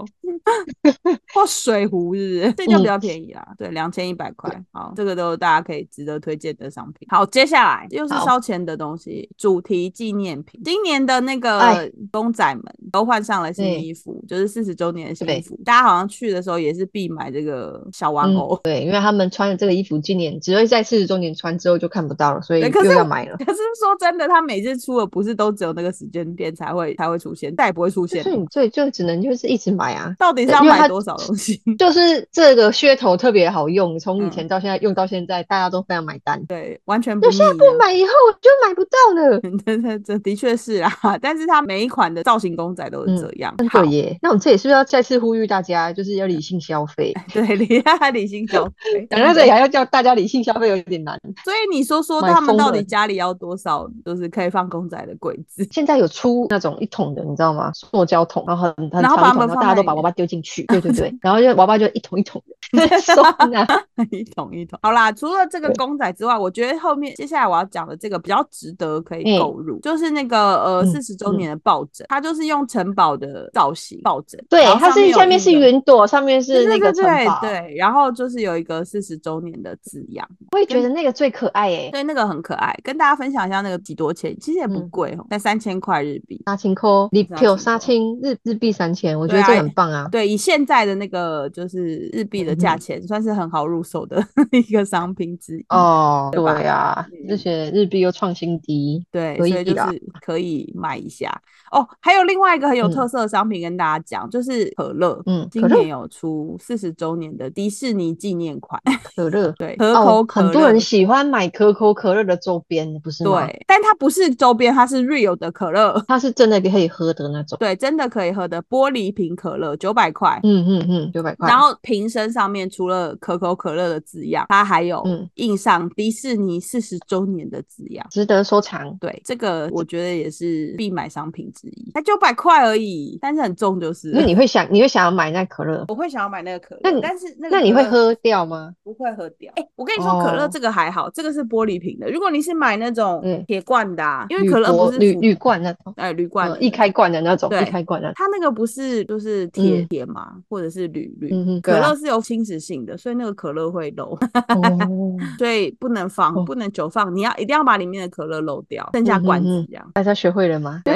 或水壶是 不是？这就嗯比较便宜啦，对，两千一百块。好，这个都是大家可以值得推荐的商品。好，接下来又是好烧钱的东西，主题纪念品。今年的那个哎公仔们，都换上了新对衣服，就是四十周年的新对衣服。大家好像去的时候也是必买这个小玩偶。嗯，对，因为他们穿的这个衣服，今年只会在四十周年穿之后就看不到了，所以对可又是要买了。 可是说真的，他每次出的不是都只有那个时间点才会才会出现，再也不会出现所。以，所以就只能就是一直买啊。到底是要因为买它多少东 西？就是这个噱头特别好用，从以嗯前到现在、用到现在，大家都非常买单。对，完全不就腻现在啊。不买，以后就买不到了。 这这这的确是啊， 但是它每一款的造型公仔都是这样。好嗯对耶，那我们这里是不是要再次呼吁大家，就是要理性消费？ 对， 理理性消费。讲到这里还要叫大家理性消费有点难。所以你说说买他们疯到底了家里要多少，就是可以放公仔的柜子？ 现在有出那种一桶的，你知道吗？塑胶桶，然后很很然后把长一它桶，们然后放大家在都里把面娃娃丢进 去，对对对，然后就娃娃就一桶一桶的啊在收纳。一桶一桶。好啦，除了这个对公仔之外，我觉得后面接下来我要讲的这个比较值得可以嗯购入，就是那个呃嗯四十周年的抱枕，它就是用城堡的造型抱枕，对然，后它上是面有下面那是个。云朵，上面对是对那个对城堡。对，对，然后就是有一个四十周年的字样，我也觉得那个最可爱诶、对，那个很可爱，跟大家分享一下那个几多钱，其实也不嗯贵哦，才三千块日币。三千块，日千票块三千，日日币三千，我觉对得这啊个很棒啊。对，以现在的那个就是日币的嗯价哼钱，算是很好入手的 一个商品之一。哦，对吧对啊，嗯而且日币又创新低，对，可所以以就啦是可以买一下哦。还有另外一个很有嗯特色的商品跟大家讲，就是可乐。嗯今可乐年有出四十周年的迪士尼纪念款，可乐。对，可口哦，可乐。很多人喜欢买可口可乐的周边，不是吗？，对，但它不是周边，它是 real 的可乐，它是真的可以喝的那种。对，真的可以喝的玻璃瓶可乐，九百块。嗯嗯嗯，九百块。然后瓶身上面除了可口可乐的字样，它还有嗯印上迪士尼四十周年的字样。值得收藏。对，这个我觉得也是必买商品之一，才九百块而已，但是很重就是了。那你会想，你会想要买那可乐？我会想要买那个可乐，那你但是那个那你可会乐喝掉吗？不会喝掉？哎、我跟你说，可乐哦这个还好，这个是玻璃瓶的。如果你是买那种嗯铁罐的、啊，因为铝可乐箔不是铝浮铝罐那种，哎铝罐的嗯，一开罐的那种，对一开罐的。它那个不是就是铁嗯铁嘛，或者是铝铝。嗯哼，对可啊乐。是有侵蚀性的，所以那个可乐会漏， 哦，所以不能放，哦不能久放，你要一定要把里面的可乐漏掉，剩下嗯哼罐子哼这样，大家学会了吗？对，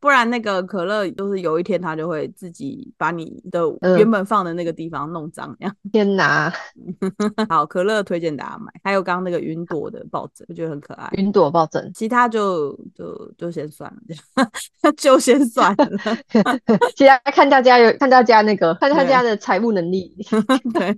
不然那个可乐就是有一天它就会自己把你的嗯原本放的那个地方弄脏这样。 天哪，好，可乐推荐大家买，还有刚刚那个云朵的抱枕，我觉得很可爱。云朵抱枕。其他就就就先算了， 就先算了。其他看大家有看大家那个看大家的财务能力。对，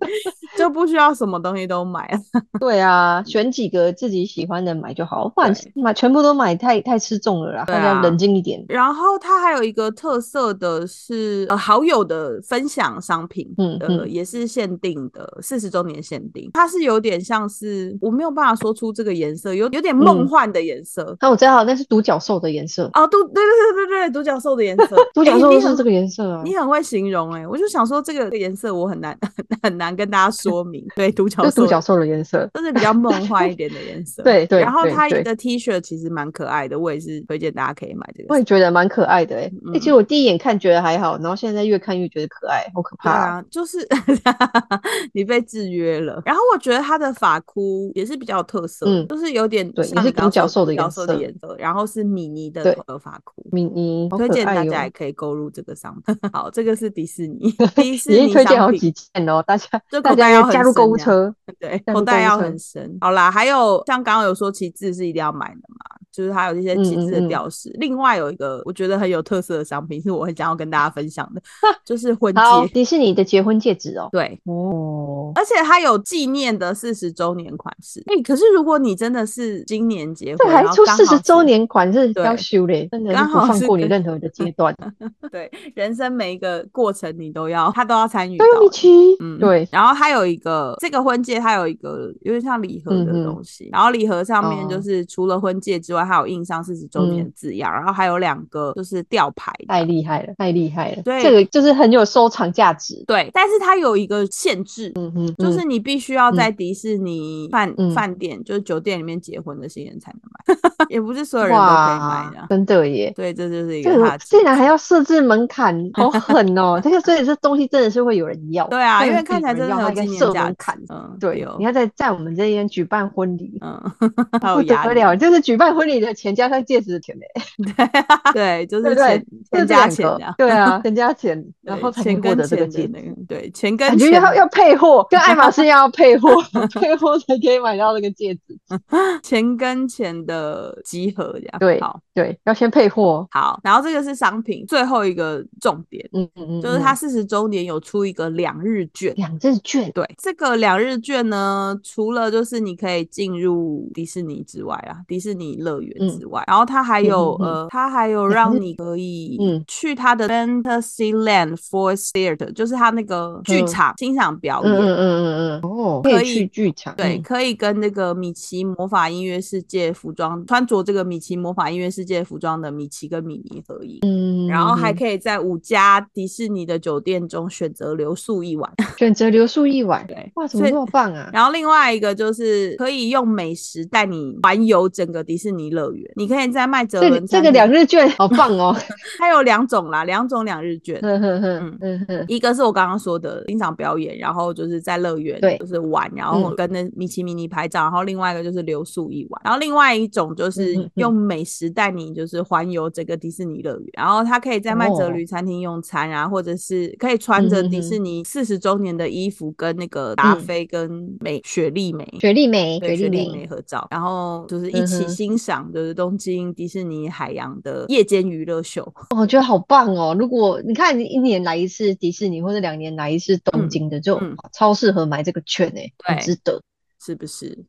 就不需要什么东西都买了。 对啊，选几个自己喜欢的买就好，不然对买全部都买太太吃重了啦。对大家啊冷静一点。然后它还有一个特色的是，呃，好友的分享商品，嗯呃，嗯也是限定的，四十周年限定。它是有点像是我没有办法说出这个颜色，有有点梦嗯幻的颜色。那、我知道那是独角兽的颜色，哦，独对对对对对，独角兽的颜色，独角诶兽你是很这个颜色啊，你很会形容哎、我就想说这个这个颜色我很难很难跟大家说明。对，独角就兽，独角兽的颜色。就是比较梦幻一点的颜色。对对然后对它对的 T 恤其实蛮可爱的，我也是推荐大家可以买这个我色。也觉得蛮可爱的哎、欸，嗯欸其实我第一眼看觉得还好，然后现在越看越觉得可爱，好可对怕、啊，就是 你被制约了。然后我觉得它的发箍也是比较有特色，嗯就是有点对像也是你刚刚独角说兽的独角颜兽的色颜色，然后是米妮的对头的发箍。米妮，好推可荐爱哦大哟、家也可以购入这个商品。 好，这个是迪 士尼，迪士已经尼推荐好商品几。件哦， 大家这大口袋家要要很啊加入深购物这样车，对， 加口入袋购物要车很深。好啦，还有像刚刚有说旗帜是一定要买的嘛，就是它有一些嗯旗帜的嗯嗯吊饰。另外有一个我觉得很有特色的商品，是我很想要跟大家 分享的，就是婚好，戒。 迪士尼的结婚戒指哦，对，哦，而且它有纪念的四十周年款式。哎、可是如果你真的是今年结这婚，还然后出刚四好十周是年款是对要修嘞，真的是刚不好放是过你跟嗯任何的阶段，对人生每一个过程，你都要他都要参与都到要一欸。起，嗯，对，然后它有一个这个婚戒，它有一个有点像礼盒的嗯哼东西，然后礼盒上面就哦是除了婚戒之外，还有印上四十周嗯年的字样，然后还有两个就是吊牌的。太厉害了，太厉害了，对这个就是很有收藏价值，对，但是它有一个限制，嗯哼，就是你必须要嗯在迪士尼饭、嗯饭店，就是酒店里面结婚的新人才能买， 也不是所有嗯人都可以买哇的，啊。真的耶。对，这就是一这个它个的竟限然制还要设置门 槛，好狠哦！这个所以这东西真的是会有人要，对啊，会有因为人看起来有真人的要很它有应该纪念设价门值槛，嗯，对哦，你要在在我们这边举办婚礼，嗯，还有 不得压力，了，就是举办婚礼你的钱加上戒指的钱嘞、 对，就对是不对钱钱加钱的，对 啊，钱加钱，对然后才钱能获跟得这个钱戒的指。那个，对，钱感跟觉钱要要配 货，跟爱马仕一样要配货， 配货才可以买到那个戒指。钱跟钱的集合这样。对好，对，要先配 货。好，然后这个是商品，最后一个重点嗯嗯嗯，就是它嗯四十周年有出一个两日券。两日券，对，这个两日券呢，除了就是你可以进入迪士尼之外啦，迪士尼乐园之外，然后它还有、嗯嗯嗯嗯呃，它还有两让日你可以嗯去它的 Fantasyland Forest Theater，就是它那个剧嗯场、欣赏表嗯演。嗯嗯嗯嗯，哦，可可以以去剧场，对，嗯可以跟那个米奇魔法音乐世界服装穿着这个米奇魔法音乐世界服装的米奇跟米妮合影，嗯，然后还以可以在五家迪士尼的酒店中选择留宿一晚。选择留宿一晚，对哇，怎所么以这么棒啊？然后另外一个就是可以用美食带你环游整个迪士尼乐园，你可以在麦哲这伦个这个餐厅两日 券好棒哦，它有两种啦，两种两日券。呵呵嗯呵， 嗯哼，一个是我刚刚说的欣赏表演，然后就是在乐园，对嗯就是玩，然后跟那米奇米妮拍照，然后另外一个就是留宿一晚，然后另外一种就是嗯嗯嗯用美食带你就是环游整个迪士尼乐园，然后他可以在麦哲伦餐厅用餐啊，或者是可以穿着哦嗯嗯嗯嗯迪士尼四十周年的衣服跟那个达菲跟美雪莉梅雪莉梅，对莉雪莉梅，梅合照，然后就是一嗯起哼欣赏就是东京迪士尼海洋的夜间娱乐秀。 哦我觉得好棒哦！如果你看你一年来一次迪士尼，或者两年来一次嗯东京的，就嗯超适合买这个券诶，很对值得。是不是？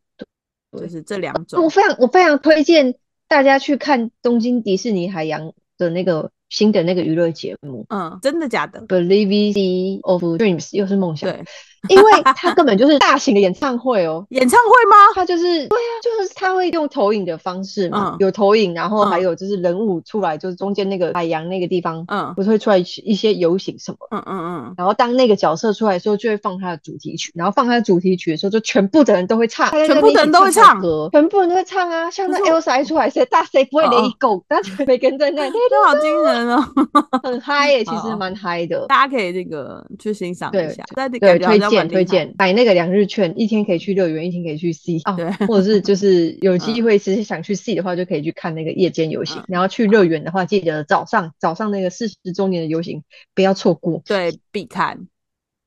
对就是这两我种。非常我非常推荐大家去看东京迪士尼海洋的那个新的那个娱乐节目嗯，真的假的？《Believe Sea of Dreams》，又是梦想，对，因为 它根本就是大型的演唱会哦。演唱会吗？它就是对啊，就是它会用投影的方式嘛，嗯有投影，然后还嗯有就是人物出来，就是中间那个海洋那个地方，嗯不是会出来一些游行什么。嗯嗯嗯，然后当那个角色出来的时候，就会放他的主题曲，然后放他的主题曲的时候，就全部的人都会唱，大家全部的人都会在那唱边一起歌，全部人都会唱啊，像那可是我 Elsa 一出来，谁大谁不会哦雷狗，但是每个人在那里这好惊人哦！ 很嗨耶，其哦实蛮嗨的。大家可以这个去欣赏一对下，但对，感觉好推像荐蛮厉害推荐，买那个两日券，一天可以去乐园，一天可以去 C 啊，对，或者是就是有机会其实想去 C 的话，就可以去看那个夜间游行嗯。然后去乐园的话，记得早上早上那个四十周年的游行不要错过。对，必看，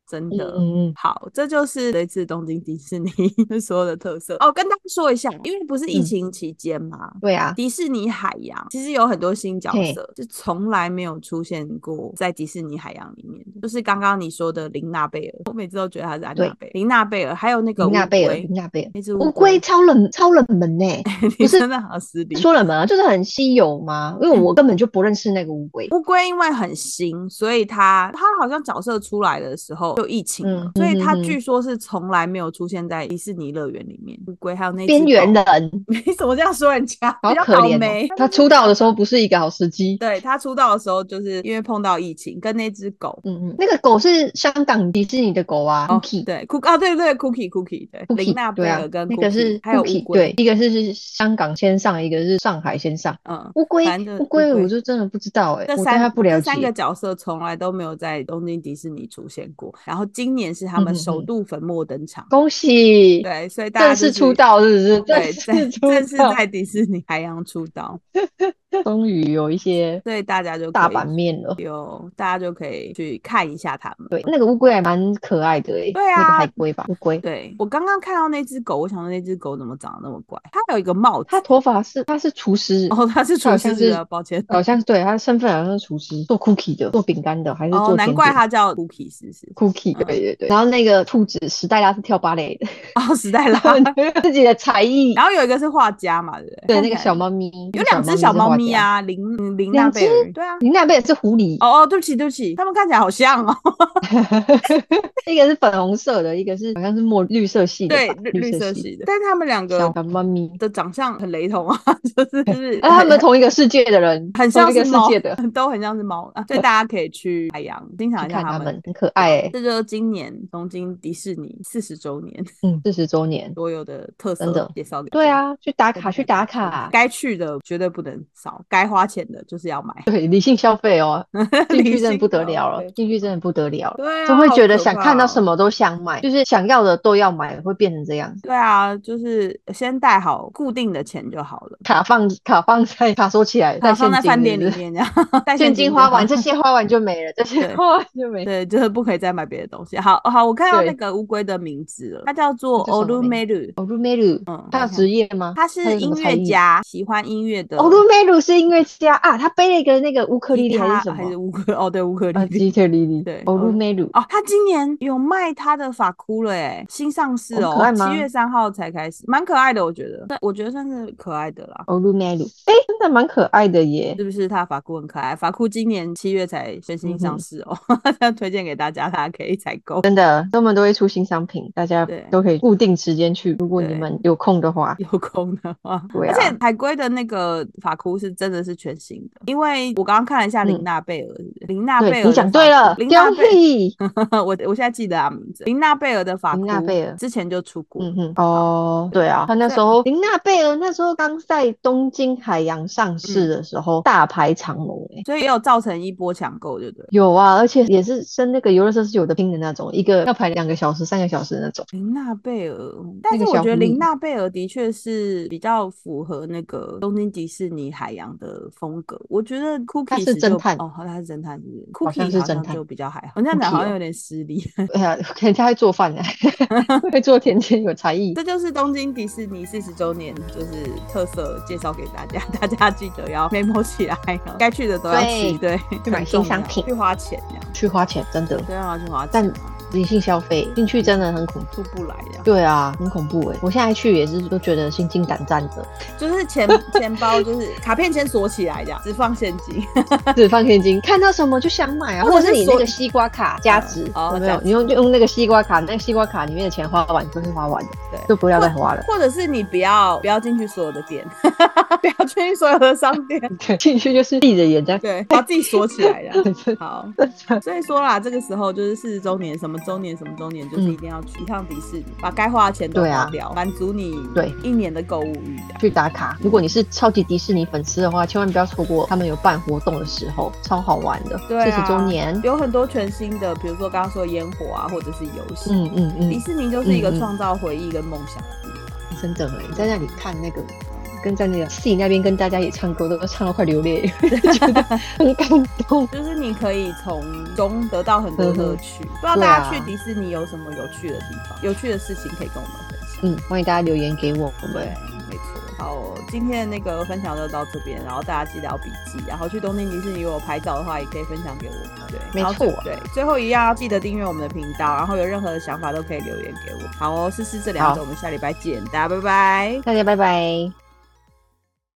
真嗯的。嗯嗯，好，这就是这次东京迪士尼 所有的特色哦。跟大家说一下，因为不是疫嗯情期间嘛，对啊，迪士尼海洋其实有很多新角嘿色，就从来没有出现过在迪士尼海洋里面。就是刚刚你说的琳娜贝尔，我每次都觉得她是安娜对贝尔，琳娜贝尔，还有那个琳乌娜贝尔，龟琳，娜贝尔。那只乌龟超冷，超冷门 呢、你不是真的好失礼。说冷门啊，就是很稀有嘛，因为嗯我根本就不认识那个乌龟。乌龟因为很新，所以它它好像角色出来的时候就疫情了，嗯所以它嗯嗯嗯据说是从来没有出现在迪士尼乐园里面。乌龟还有那只边缘狗， 人，没怎么这样说人家，好比较可倒怜霉哦。。他出道的时候不是一个好时机。对它出道的时候，就是因为碰到疫情，跟那只狗嗯嗯，那个狗是香港迪士尼的狗啊，Cookie。对，Cook 啊，对对，Cookie Cookie，对，琳娜 Cookie，贝对啊尔，跟那个 Cookie，是还有乌 Cookie，龟对，，一个是是香港先上，一个是上海先上。嗯，乌龟反正，就乌乌龟龟，我就真的不知道哎、这我对它三不了这解三。个角色从来都没有在东京迪士尼出现过，然后今年是他嗯们嗯首嗯度粉墨登场，恭喜，对，所以大家正就式是出，道是不是？正对，在式正出式道，在迪士尼海洋出道，终于有一些所以大家就大可版以面了。有，大家就可以去看一下他们。对，那个乌龟还蛮可爱的诶、对那个啊海龟吧，乌龟。对我刚刚看到那只狗，我想说那只狗怎么长得那么怪？它有一个帽子它，头发是，它是厨师，哦，它是它厨好师像是是呃吧抱歉。好像是对，它的身份好像是厨师，做 cookie 的，做饼干的，还是哦，做难甜怪点。它叫 Cookie，是不是？ cookie，嗯对对对。然后那个兔子史黛拉是跳芭蕾的，哦，史黛拉， 自己的才艺。然后有一个是画家嘛，对不对？对，看那个起来小猫咪，有两只小小是猫咪画家。啊，林林娜两嗯贝尔，对啊，林娜贝尔是狐狸，哦哦，对不起对不起，他们看起来好 像哦，一个是粉红色的，一个是好像是墨绿色系的对，吧，绿绿绿色系系的，但是他们两个小小猫咪。的长相很雷同啊， 就是就是 啊，他们同一个世界的人，同很像一是个世猫界的，，都很像是猫啊，所以大家可以去海洋欣赏去一下看他们们。很可爱诶、欸这就热今年东京迪士尼四十周年，嗯，四十周年，所有的特真色的介绍给对大家，啊，去打卡去打卡，。该去的绝对不能少，该花钱的就是要买对，理性消费哦，进去真的不得了理了，性消费进去真的不得了了。对啊，就会觉得好可想看到怕什么都想买，就是想要的都要买，会变成这样。对啊，就是先带好固定的钱就好了，卡放卡放在卡收起来，然带后放现在金饭店是里不是面这样，带现金金就花好完，这些花完就没了，这些对花完就没了。对，就是不可以再买别的东西。好，哦好，我看到那对个乌龟的名字了，它叫做它叫什么 Orumeru，哦 r u m e r 嗯，他有职业吗？他它是有什音么才乐艺家，喜欢音乐的哦 r u m e r 是音乐家啊，他背了一个那个乌克丽吉丽还他是什还是么？乌克哦，对乌克啊，吉丽丽。特丽丽。对哦 r u m e r 哦，他今年有卖他的发箍了哎，新上市哦哦可爱，吗七月三号才开始，蛮可爱的，我觉得，对我觉得算是可爱的啦，哦 r u m e r 哎，真的蛮可爱的耶是。不是？他的发箍很可爱，发箍今年七月才全新嗯上哼市哦，推荐给大家，大家可以采购。真的，他们都会出新商品，大家对都可以固定时间去。如果你对们有空的话，有空的话，对而且啊海龟的那个发箍是真的是全新的，因为我刚刚看了一下琳嗯娜贝尔，琳娜贝对尔你的讲发对箍了，琳雕娜贝嗯屁。我 我现在记得啊名字，琳娜贝尔的法琳娜箍贝尔之前就出过，嗯哼，哦，对啊，他那所以时候林娜贝尔那时候刚在东京海洋上嗯市的时候，大排长龙哎、所以也有造成一波抢购，对不对？有啊，而且也是跟那个游乐设施有的拼的那种，一个要排两个小时、三个小时的那种。琳娜贝尔，嗯但那是个我小觉得狐琳狸娜贝尔的确是比较符合那个东京迪士尼海洋的风格。我觉得 Cookie 是侦探哦，好，他是侦探，是不是好像？Cookie 是好侦像探就比较还好，我这样讲 Cookie 好像哦有点失礼。 哎呀， 人家会做饭呢、会做甜点有才艺。这就是东京迪士尼四十周年，就是特色介绍给大家， 大家记得要 memo 起来哦，该去的都要去，对，去买很新重商要品去花钱这样，去花钱真的对啊，去花但钱啊，理性消费进去真的很恐怖。出不来这样。对啊，很恐怖哎、我现在去也是都觉得心惊胆战 的，就是钱钱包就是卡片先锁起来，这样只放现金。只放现金，看到什么就想买啊，或或者者是哦是你所那个西瓜卡加值，哦有没加有？值你用用那个西瓜卡，那个西瓜卡里面的钱花完就是花完的，对就不要再花了。 或者是你不要不要进去所有的店，不要进去所有的商店， 对，进去就是闭着眼这样，对，把自己锁起来 的。好，真的所以说啦，这个时候就是四十周年，什么周年，什么周年，就是嗯一定要去一趟迪士尼，把该花的钱都对啊花掉，满足你对一年的购物欲这样。去打卡。如果你是超级迪士尼粉丝的话，千万不要错过他们有办活动的时候，超好玩的。对四啊十周年，有很多全新的，比如说刚刚说烟火啊，或者是游戏。嗯嗯迪嗯，士尼就是一个嗯嗯创造回忆跟梦想的地方。真的欸，你在那里看那个。跟在那个 C 那边跟大家也唱歌，都唱到快流 泪，觉得很感动。就是你可以从中得到很多乐趣。不知道对大啊家去迪士尼有什么有趣的地方、有趣的事情可以跟我们分享。嗯，欢迎大家留言给我，我对们，没错。好，今天的那个分享就到这边，然后大家记得要笔记，然后去东京迪士尼如果有拍照的话，也可以分享给我们。对，没然后最错对，最后一样要记得订阅我们的频道，然后有任何的想法都可以留言给我。好哦，试试这两好种，我们下礼拜见，大家拜拜。大家拜拜。